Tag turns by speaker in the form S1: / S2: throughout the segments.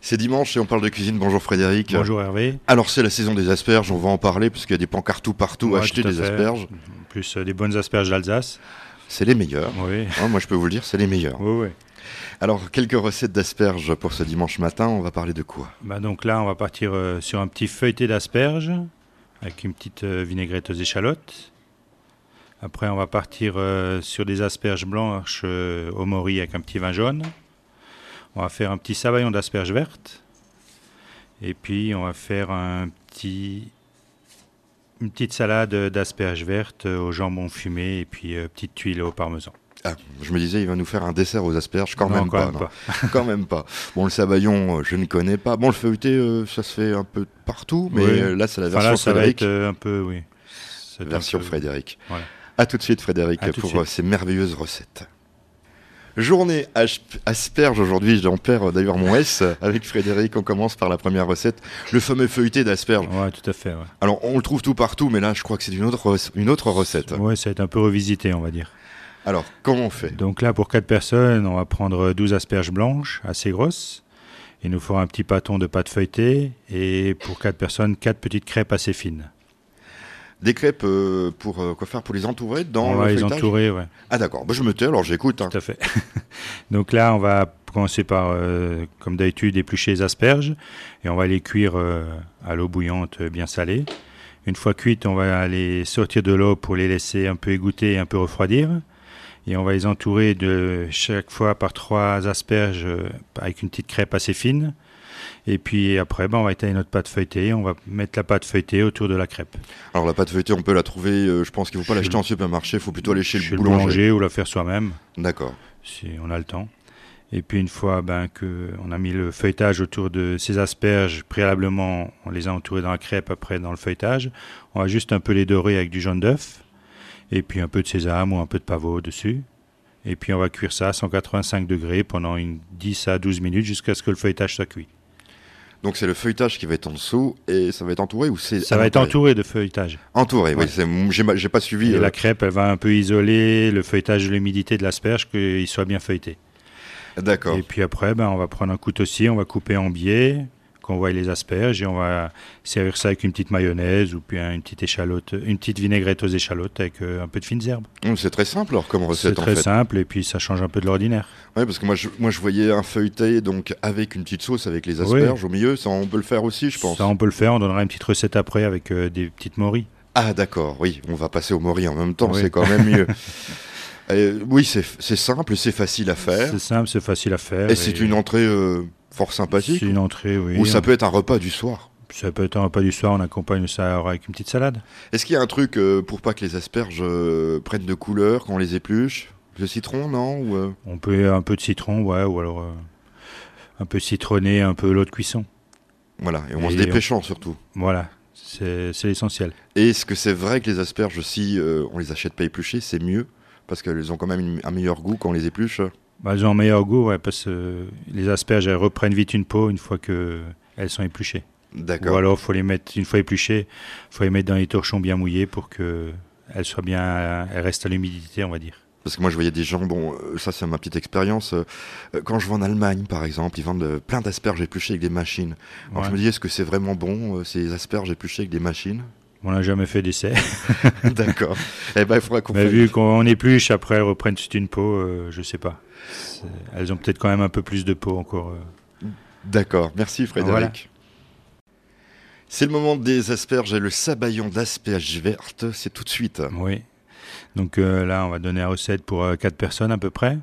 S1: C'est dimanche et on parle de cuisine. Bonjour Frédéric.
S2: Bonjour Hervé.
S1: Alors c'est la saison des asperges, on va en parler parce qu'il y a des pancartes tout partout,
S2: Ouais,
S1: acheter
S2: tout à
S1: des
S2: fait.
S1: asperges.
S2: En Plus euh, des bonnes asperges d'Alsace.
S1: C'est les meilleurs.
S2: Oui.
S1: Hein, moi je peux vous le dire, c'est les meilleurs.
S2: Oui, oui.
S1: Alors quelques recettes d'asperges pour ce dimanche matin, on va parler de quoi
S2: Bah donc là, on va partir euh, sur un petit feuilleté d'asperges avec une petite euh, vinaigrette aux échalotes. Après, on va partir euh, sur des asperges blanches euh, au mori avec un petit vin jaune. On va faire un petit sabayon d'asperges vertes. Et puis, on va faire un petit, une petite salade d'asperges vertes euh, au jambon fumé et puis euh, petite tuile au parmesan.
S1: Ah, Je me disais, il va nous faire un dessert aux asperges, quand
S2: Non,
S1: même pas. non. quand même pas. Bon, le sabayon, euh, je ne connais pas. Bon, le feuilleté, euh, ça se fait un peu partout, mais
S2: Oui.
S1: euh, là c'est la
S2: Enfin,
S1: version
S2: là, ça va
S1: Frédéric.
S2: être euh, un peu, oui. Ça va être un
S1: Version
S2: peu-
S1: Frédéric.
S2: Voilà.
S1: À tout de suite, Frédéric,
S2: À tout de
S1: pour
S2: suite.
S1: euh, ces merveilleuses recettes. Journée asp- asperge aujourd'hui, j'en perds euh, d'ailleurs mon S. Avec Frédéric, on commence par la première recette, le fameux feuilleté d'asperge.
S2: Ouais, tout à fait. Ouais.
S1: Alors, on le trouve tout partout, mais là, je crois que c'est une autre, rec- une autre recette.
S2: Ouais, ça va être un peu revisité, on va dire.
S1: Alors, comment on fait
S2: Donc là, pour quatre personnes, on va prendre 12 asperges blanches, assez grosses. Il nous faudra un petit pâton de pâte feuilletée. Et pour quatre personnes, quatre petites crêpes assez fines.
S1: Des crêpes euh, pour euh, quoi faire Pour les entourer dans
S2: on
S1: le
S2: va les
S1: feuilletage
S2: entourer, ouais,
S1: Ah d'accord, Bah, je me tais, alors j'écoute. hein.
S2: tout à fait. Donc là, on va commencer par, euh, comme d'habitude, éplucher les asperges. Et on va les cuire euh, à l'eau bouillante, euh, bien salée. Une fois cuites, on va les sortir de l'eau pour les laisser un peu égoutter et un peu refroidir. Et on va les entourer de chaque fois par trois asperges euh, avec une petite crêpe assez fine. Et puis après, ben, on va étaler notre pâte feuilletée. On va mettre la pâte feuilletée autour de la crêpe.
S1: Alors la pâte feuilletée, on peut la trouver, euh, je pense qu'il ne faut pas
S2: Chez
S1: l'acheter
S2: le-
S1: en supermarché, il faut plutôt aller chez,
S2: Chez
S1: le boulanger.
S2: ou la faire soi-même,
S1: D'accord.
S2: si on a le temps. Et puis une fois ben, que on a mis le feuilletage autour de ces asperges, préalablement on les a entourées dans la crêpe, après dans le feuilletage, on va juste un peu les dorer avec du jaune d'œuf, et puis un peu de sésame ou un peu de pavot dessus. Et puis on va cuire ça à 185 degrés pendant une 10 à 12 minutes jusqu'à ce que le feuilletage soit cuit.
S1: Donc c'est le feuilletage qui va être en dessous et ça va être entouré ou c'est
S2: Ça
S1: à
S2: va être
S1: l'intérieur
S2: entouré de feuilletage.
S1: Entouré, oui.
S2: Ouais.
S1: c'est- m- J'ai ma- j'ai pas suivi.
S2: Et
S1: euh,
S2: la crêpe, elle va un peu isoler le feuilletage de l'humidité de l'asperge, qu'il soit bien feuilleté.
S1: D'accord.
S2: Et puis après, ben, on va prendre un couteau scie, on va couper en biais, convoyer les asperges et on va servir ça avec une petite mayonnaise ou puis hein, une petite échalote, une petite vinaigrette aux échalotes avec euh, un peu de fines herbes.
S1: Hum, C'est très simple alors comme
S2: C'est
S1: recette en
S2: très
S1: fait.
S2: simple et puis ça change un peu de l'ordinaire.
S1: Ouais, parce que moi je, moi je voyais un feuilleté donc avec une petite sauce avec les
S2: Oui.
S1: asperges au milieu, ça on peut le faire aussi je pense.
S2: Ça, on peut le faire. On donnera une petite recette après avec euh, des petites morilles.
S1: Ah d'accord, oui, on va passer au mori en même temps,
S2: Oui.
S1: c'est quand même mieux. Euh, oui, c'est c'est simple, c'est facile à faire
S2: C'est simple, c'est facile à faire.
S1: et c'est une entrée euh, fort sympathique.
S2: C'est une entrée, oui.
S1: Ou ça
S2: On-
S1: peut être un repas du soir.
S2: ça peut être un repas du soir. On accompagne ça avec une petite salade.
S1: Est-ce qu'il y a un truc euh, pour pas que les asperges euh, prennent de couleur quand on les épluche Le citron, non Ou, euh,
S2: On peut un peu de citron, ouais, ou alors euh, un peu citronné, un peu l'eau de cuisson.
S1: Voilà, et en
S2: Et
S1: se
S2: on-
S1: dépêchant surtout.
S2: Voilà, c'est c'est l'essentiel.
S1: Et est-ce que c'est vrai que les asperges, si euh, on les achète pas épluchées, c'est mieux Parce qu'elles ont quand même une- un meilleur goût quand on les épluche.
S2: Bah, elles ont un meilleur goût, ouais, parce que euh, les asperges, elles reprennent vite une peau une fois que euh, elles sont épluchées. Ou
S1: D'accord.
S2: alors, faut les mettre, une fois épluchées, faut les mettre dans les torchons bien mouillés pour que euh, elles soient bien, elles restent à l'humidité, on va dire.
S1: Parce que moi, je voyais des gens, bon, euh, ça, c'est ma petite expérience. euh, euh, quand je vais en Allemagne, par exemple, ils vendent euh, plein d'asperges épluchées avec des machines. Alors
S2: Ouais.
S1: je me dis, est-ce que c'est vraiment bon, euh, ces asperges épluchées avec des machines
S2: On n'a jamais fait d'essai.
S1: D'accord. Eh ben, il faudra qu'on
S2: Mais
S1: fasse-
S2: Bah, vu qu'on épluche, après elles reprennent toute une peau, euh, je sais pas. C'est- Elles ont peut-être quand même un peu plus de peau encore. euh.
S1: D'accord, merci Frédéric.
S2: Voilà.
S1: C'est le moment des asperges et le sabayon d'asperges vertes, c'est tout de suite.
S2: Oui. Donc euh, là, on va donner la recette pour euh, quatre personnes à peu près.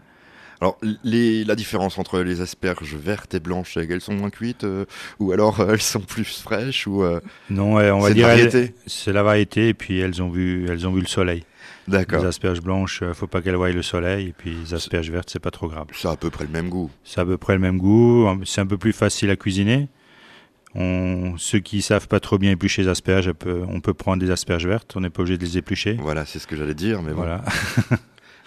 S1: Alors, les- la différence entre les asperges vertes et blanches, c'est qu'elles sont moins cuites euh, ou alors euh, elles sont plus fraîches ou euh,
S2: Non, euh, on va
S1: c'est de
S2: dire elles-
S1: variété.
S2: c'est la variété. Et puis elles ont vu, elles ont vu le soleil. Les
S1: D'accord.
S2: asperges blanches, euh, faut pas qu'elles voient le soleil. Et puis les asperges vertes, c'est pas trop grave.
S1: Ça a à peu près le même goût.
S2: C'est à peu près le même goût. un- C'est un peu plus facile à cuisiner. On, ceux qui savent pas trop bien éplucher les asperges, on peut, on peut prendre des asperges vertes. On n'est pas obligé de les éplucher.
S1: Voilà, c'est ce que j'allais dire, mais voilà.
S2: Voilà.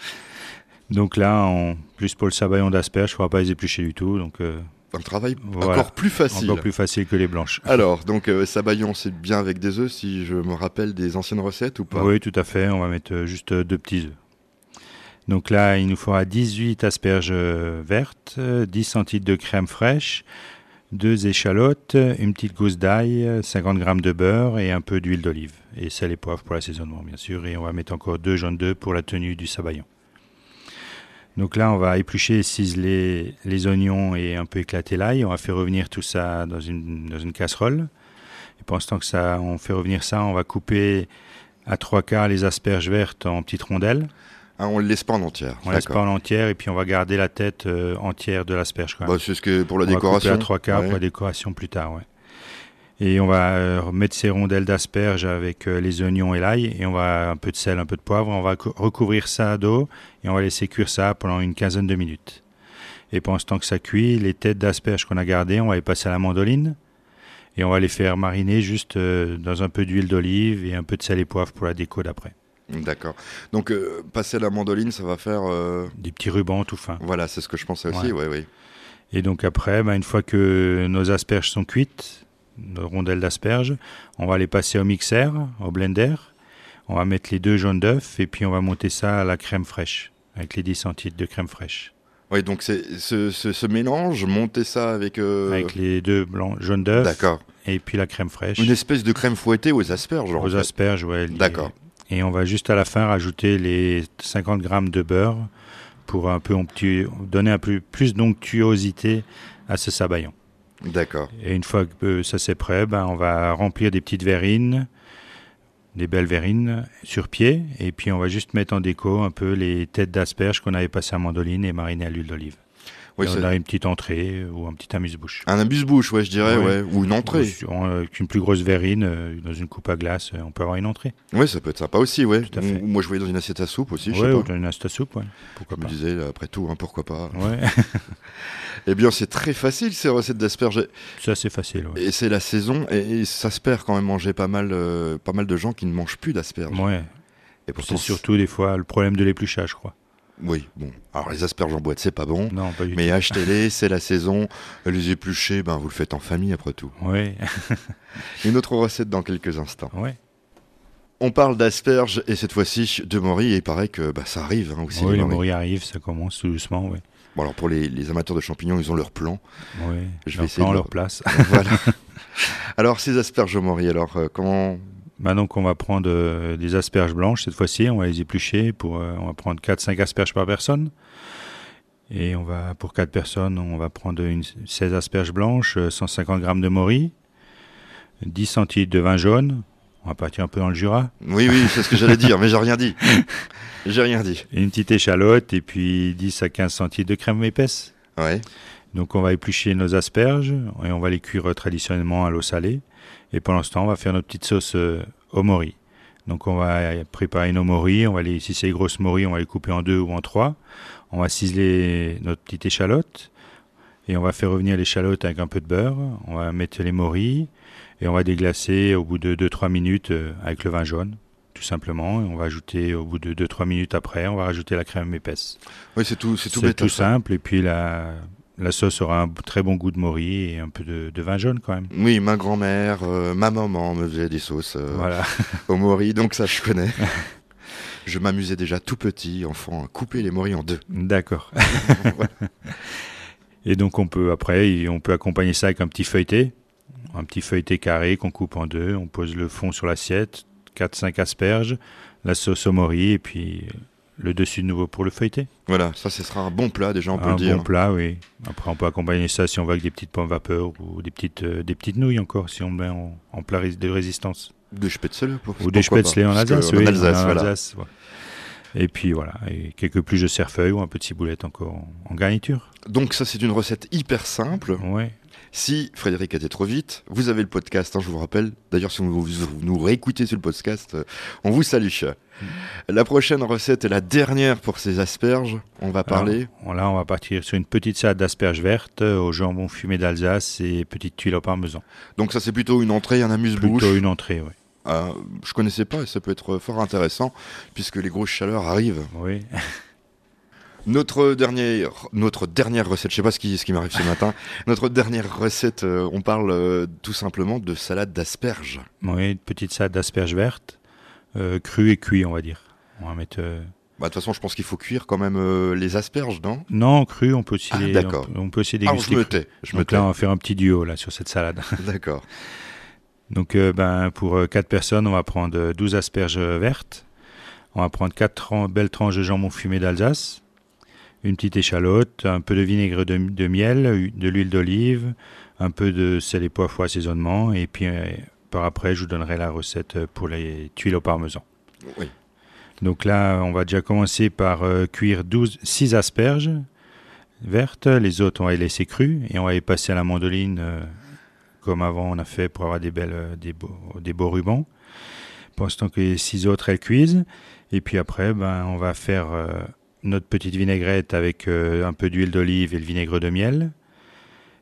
S2: donc là, on, plus pour le sabayon d'asperges, il faudra pas les éplucher du tout. Donc euh,
S1: Un travail
S2: Voilà.
S1: encore plus facile.
S2: encore plus facile que les blanches.
S1: Alors, donc, euh, sabayon, c'est bien avec des œufs, si je me rappelle des anciennes recettes ou pas
S2: Oui, tout à fait. On va mettre euh, juste euh, deux petits œufs. Donc là, il nous faudra 18 asperges euh, vertes, euh, 10 centilitres de crème fraîche, deux échalotes, une petite gousse d'ail, 50 g de beurre et un peu d'huile d'olive. Et sel et poivre pour l'assaisonnement, bien sûr. Et on va mettre encore deux jaunes d'œufs pour la tenue du sabayon. Donc là, on va éplucher, ciseler les oignons et un peu éclater l'ail. On va faire revenir tout ça dans une, dans une casserole. Et pendant ce temps que ça, on fait revenir ça, on va couper à trois quarts les asperges vertes en petites rondelles.
S1: Ah, on le laisse pas en entière.
S2: On
S1: d'accord.
S2: laisse pas en entière et puis on va garder la tête euh, entière de l'asperge quand même.
S1: Bah, c'est ce que pour la
S2: on
S1: décoration.
S2: va couper à trois quarts
S1: Ouais.
S2: pour la décoration plus tard, ouais. Et on va euh, remettre ces rondelles d'asperges avec euh, les oignons et l'ail et on va un peu de sel, un peu de poivre. On va cou- recouvrir ça d'eau et on va laisser cuire ça pendant une quinzaine de minutes. Et pendant ce temps que ça cuit, les têtes d'asperges qu'on a gardées, on va les passer à la mandoline et on va les faire mariner juste euh, dans un peu d'huile d'olive et un peu de sel et poivre pour la déco d'après.
S1: D'accord. Donc euh, passer la mandoline, ça va faire. euh,
S2: Des petits rubans tout fins.
S1: Voilà, c'est ce que je pensais aussi. Ouais, oui.
S2: Et donc après, ben, une fois que nos asperges sont cuites, nos rondelles d'asperges, on va les passer au mixer, au blender. On va mettre les deux jaunes d'œufs et puis on va monter ça à la crème fraîche, avec les 10 centilitres de crème fraîche.
S1: Oui, donc c'est ce, ce- ce mélange, monter ça avec. euh,
S2: Avec les deux blancs, jaunes d'œufs
S1: D'accord.
S2: et puis la crème fraîche.
S1: Une espèce de crème fouettée aux asperges. en
S2: Aux
S1: fait.
S2: asperges, ouais. les-
S1: D'accord.
S2: Et on va juste à la fin rajouter les 50 grammes de beurre pour un peu onctu- donner un peu plus d'onctuosité à ce sabayon.
S1: D'accord.
S2: Et une fois que euh, ça c'est prêt, ben, on va remplir des petites verrines, des belles verrines sur pied, et puis on va juste mettre en déco un peu les têtes d'asperges qu'on avait passées à mandoline et marinées à l'huile d'olive.
S1: Oui,
S2: Et
S1: c'est
S2: on a une petite entrée euh, ou un petit amuse-bouche.
S1: un abuse-bouche, ouais, je dirais, ouais.
S2: Ouais.
S1: Ou une
S2: Ou
S1: entrée.
S2: sur- en- Avec une plus grosse verrine, euh, dans une coupe à glace, euh, on peut avoir une entrée.
S1: Ouais, ça peut être sympa aussi, ouais.
S2: Tout à fait.
S1: Ou- Moi, je voyais dans une assiette à soupe aussi, je
S2: Ouais,
S1: sais
S2: ou
S1: pas.
S2: dans une assiette à soupe, ouais. pourquoi
S1: Je me
S2: pas.
S1: disais, là, après tout, hein, pourquoi pas.
S2: Ouais,
S1: Eh bien, c'est très facile ces recettes d'asperges.
S2: ça c'est facile. Ouais.
S1: Et c'est la saison, et, et ça se perd quand même manger pas mal, euh, pas mal de gens qui ne mangent plus d'asperges.
S2: Ouais.
S1: et
S2: C'est
S1: pourtant,
S2: surtout des fois le problème de l'épluchage, je crois.
S1: Oui, bon. Alors, les asperges en boîte, c'est pas bon.
S2: Non, pas du
S1: Mais achetez-les, c'est la saison. Les éplucher, ben, vous le faites en famille après tout.
S2: tout. Ouais,
S1: Une autre recette dans quelques instants.
S2: ouais.
S1: On parle d'asperges et cette fois-ci de Maury. Et il paraît que bah, ça arrive hein, aussi.
S2: ouais
S1: les
S2: les
S1: moris.
S2: morilles arrivent, ça commence tout doucement, ouais.
S1: Bon, alors pour les, les amateurs de champignons, ils ont leur plan.
S2: Ouais,
S1: Je
S2: je
S1: vais
S2: vais
S1: essayer de
S2: prendre
S1: le-
S2: leur place.
S1: voilà. Alors, ces asperges au Maury, alors euh, comment.
S2: Bah donc on va prendre euh, des asperges blanches cette fois-ci, on va les éplucher pour euh, on va prendre 4 5 asperges par personne. Et on va pour 4 personnes, on va prendre une 16 asperges blanches, euh, 150 grammes de mori, 10 centilitres de vin jaune. On va partir un peu dans le Jura.
S1: Oui, oui, c'est ce que j'allais dire, mais j'ai rien dit. J'ai rien dit.
S2: Et une petite échalote et puis 10 à 15 centilitres de crème épaisse.
S1: Ouais.
S2: Donc on va éplucher nos asperges et on va les cuire euh, traditionnellement à l'eau salée. Et pendant ce temps, on va faire notre petite sauce euh, au mori. Donc on va euh, préparer nos moris, on va les, si c'est les grosses moris, on va les couper en deux ou en trois. On va ciseler notre petite échalote et on va faire revenir l'échalote avec un peu de beurre. On va mettre les moris et on va déglacer au bout de 2-3 minutes euh, avec le vin jaune, tout simplement. Et on va ajouter au bout de 2-3 minutes après, on va rajouter la crème épaisse.
S1: Oui, c'est tout, c'est tout
S2: C'est
S1: bête. hein,
S2: tout simple. Et puis la, la sauce aura un b- très bon goût de mori et un peu de, de vin jaune quand même.
S1: Oui, ma grand-mère, euh, ma maman me faisait des sauces euh,
S2: Voilà.
S1: au Maury, donc ça, je connais. je m'amusais déjà tout petit, enfant, à couper les Maury en deux.
S2: D'accord. Et donc on peut après, y- on peut accompagner ça avec un petit feuilleté, un petit feuilleté carré qu'on coupe en deux. On pose le fond sur l'assiette, 4-5 asperges, la sauce au mori et puis le dessus de nouveau pour le feuilleté.
S1: Voilà, ça, ce sera un bon plat, déjà, on peut
S2: un
S1: le dire.
S2: bon plat, oui. Après on peut accompagner ça si on veut avec des petites pommes vapeur ou des petites, euh, des petites nouilles encore si on met en, en plat rés- de résistance.
S1: Des spätzle, pour
S2: Ou des
S1: pourquoi pas,
S2: spätzle en
S1: parce que
S2: Alsace,
S1: en
S2: oui,
S1: Alsace,
S2: en
S1: voilà.
S2: Alsace, ouais. Et puis voilà, et quelques plus de cerfeuil ou un peu de ciboulette encore en- en garniture.
S1: Donc ça, c'est une recette hyper simple.
S2: Ouais.
S1: Si Frédéric était trop vite, vous avez le podcast, hein, je vous rappelle. D'ailleurs, si vous, vous nous réécoutez sur le podcast, euh, on vous salue.
S2: Mm.
S1: La prochaine recette est la dernière pour ces asperges. On
S2: Ah.
S1: va parler.
S2: Alors, on- là, on va partir sur une petite salade d'asperges vertes euh, au jambon fumé d'Alsace et petite tuile au parmesan.
S1: Donc ça, c'est plutôt une entrée, un amuse-bouche.
S2: Plutôt une entrée, oui.
S1: Euh, je connaissais pas et ça peut être fort intéressant puisque les grosses chaleurs arrivent.
S2: Oui.
S1: Notre dernière, notre dernière recette, je sais pas ce qui, ce qui m'arrive ce matin. Notre dernière recette, euh, on parle euh, tout simplement de salade d'asperges.
S2: Oui, une petite salade d'asperges vertes, euh, crues et cuites, on va dire. On va mettre euh,
S1: Bah, de toute façon, je pense qu'il faut cuire quand même euh, les asperges, non
S2: Non, cru, on peut aussi
S1: Ah,
S2: les,
S1: d'accord.
S2: on, on peut aussi
S1: Ah, je
S2: déguster.
S1: me
S2: cru.
S1: tais, je me
S2: Donc
S1: tais.
S2: là, on va faire un petit duo là sur cette salade.
S1: D'accord.
S2: Donc euh, ben, pour 4 personnes, on va prendre euh, 12 asperges vertes, on va prendre 4 belles tranches de jambon fumé d'Alsace, une petite échalote, un peu de vinaigre de, de miel, u- de l'huile d'olive, un peu de sel et poivre au assaisonnement, et puis euh, par après, je vous donnerai la recette euh, pour les tuiles au parmesan.
S1: Oui.
S2: Donc là, on va déjà commencer par euh, cuire 12, 6 asperges vertes. Les autres, on va les laisser crues et on va les passer à la mandoline euh, comme avant on a fait pour avoir des, belles, euh, des, beaux, des beaux rubans. Pendant ce temps que les 6 autres, elles cuisent. Et puis après, ben, on va faire euh, notre petite vinaigrette avec euh, un peu d'huile d'olive et le vinaigre de miel.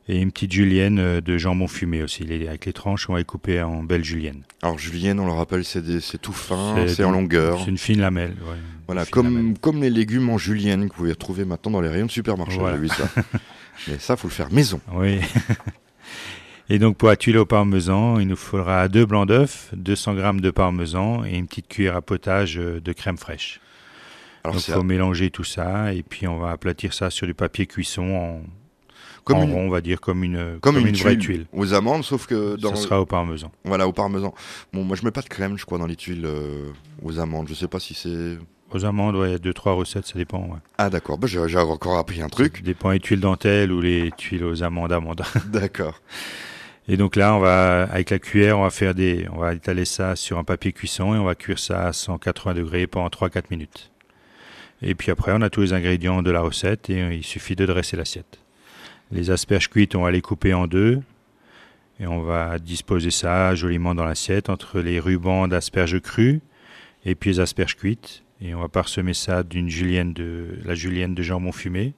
S2: Et une petite julienne euh, de jambon fumé aussi. Les- avec les tranches, on va les couper en belles juliennes.
S1: Alors, julienne, on le rappelle, c'est des- c'est tout fin,
S2: C'est
S1: c'est en
S2: tout-
S1: longueur.
S2: C'est une fine lamelle. ouais, une
S1: Voilà,
S2: fine lamelle.
S1: comme, comme les légumes en julienne que vous pouvez retrouver maintenant dans les rayons de supermarché,
S2: Voilà.
S1: j'ai vu ça. Mais ça, faut le faire maison.
S2: Oui. Et donc pour la tuile au parmesan, il nous faudra deux blancs d'œufs, 200 grammes de parmesan et une petite cuillère à potage euh, de crème fraîche.
S1: Alors,
S2: donc
S1: c'est
S2: il faut mélanger tout ça et puis on va aplatir ça sur du papier cuisson en,
S1: comme
S2: en
S1: une,
S2: rond, on va dire comme une,
S1: comme une, tuile,
S2: vraie tuile.
S1: aux amandes, sauf que dans,
S2: Ça sera au parmesan.
S1: voilà, au parmesan. Bon, moi, je mets pas de crème, je crois, dans les tuiles euh, aux amandes. Je sais pas si c'est.
S2: Aux amandes, ouais, il y a deux, trois recettes, ça dépend. ouais.
S1: Ah, d'accord. Bah, j'ai j'ai encore appris un
S2: Ça
S1: truc.
S2: dépend les tuiles dentelles ou les tuiles aux amandes amandes.
S1: d'accord.
S2: Et donc là, on va avec la cuillère, on va faire des, on va étaler ça sur un papier cuisson et on va cuire ça à 180 degrés pendant 3-4 minutes. Et puis après, on a tous les ingrédients de la recette et euh, il suffit de dresser l'assiette. Les asperges cuites, on va les couper en deux et on va disposer ça joliment dans l'assiette entre les rubans d'asperges crues et puis les asperges cuites. Et on va parsemer ça d'une julienne de la julienne de jambon fumé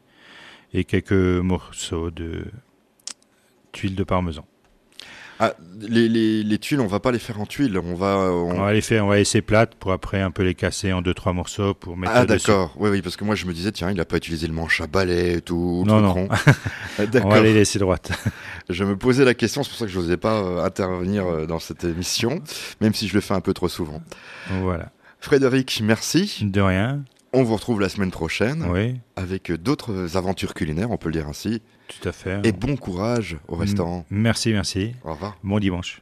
S2: et quelques morceaux de tuiles de parmesan.
S1: Ah, les, les, les tuiles, on va pas les faire en tuiles. On va. on-
S2: On va les faire, on va laisser plates pour après un peu les casser en deux trois morceaux pour mettre
S1: Ah,
S2: dessus.
S1: d'accord. Oui, oui, parce que moi, je me disais, tiens, il a pas utilisé le manche à balai et tout. le
S2: Non,
S1: truc
S2: non.
S1: rond. Ah,
S2: On
S1: d'accord.
S2: va les laisser droites.
S1: Je me posais la question, c'est pour ça que je n'osais pas euh, intervenir euh, dans cette émission, même si je le fais un peu trop souvent.
S2: voilà.
S1: Frédéric, merci.
S2: De rien.
S1: On vous retrouve la semaine prochaine
S2: Oui,
S1: avec d'autres aventures culinaires, on peut le dire ainsi.
S2: tout à fait. Mm.
S1: Et bon courage au restaurant.
S2: Merci, merci.
S1: Au revoir.
S2: Bon dimanche.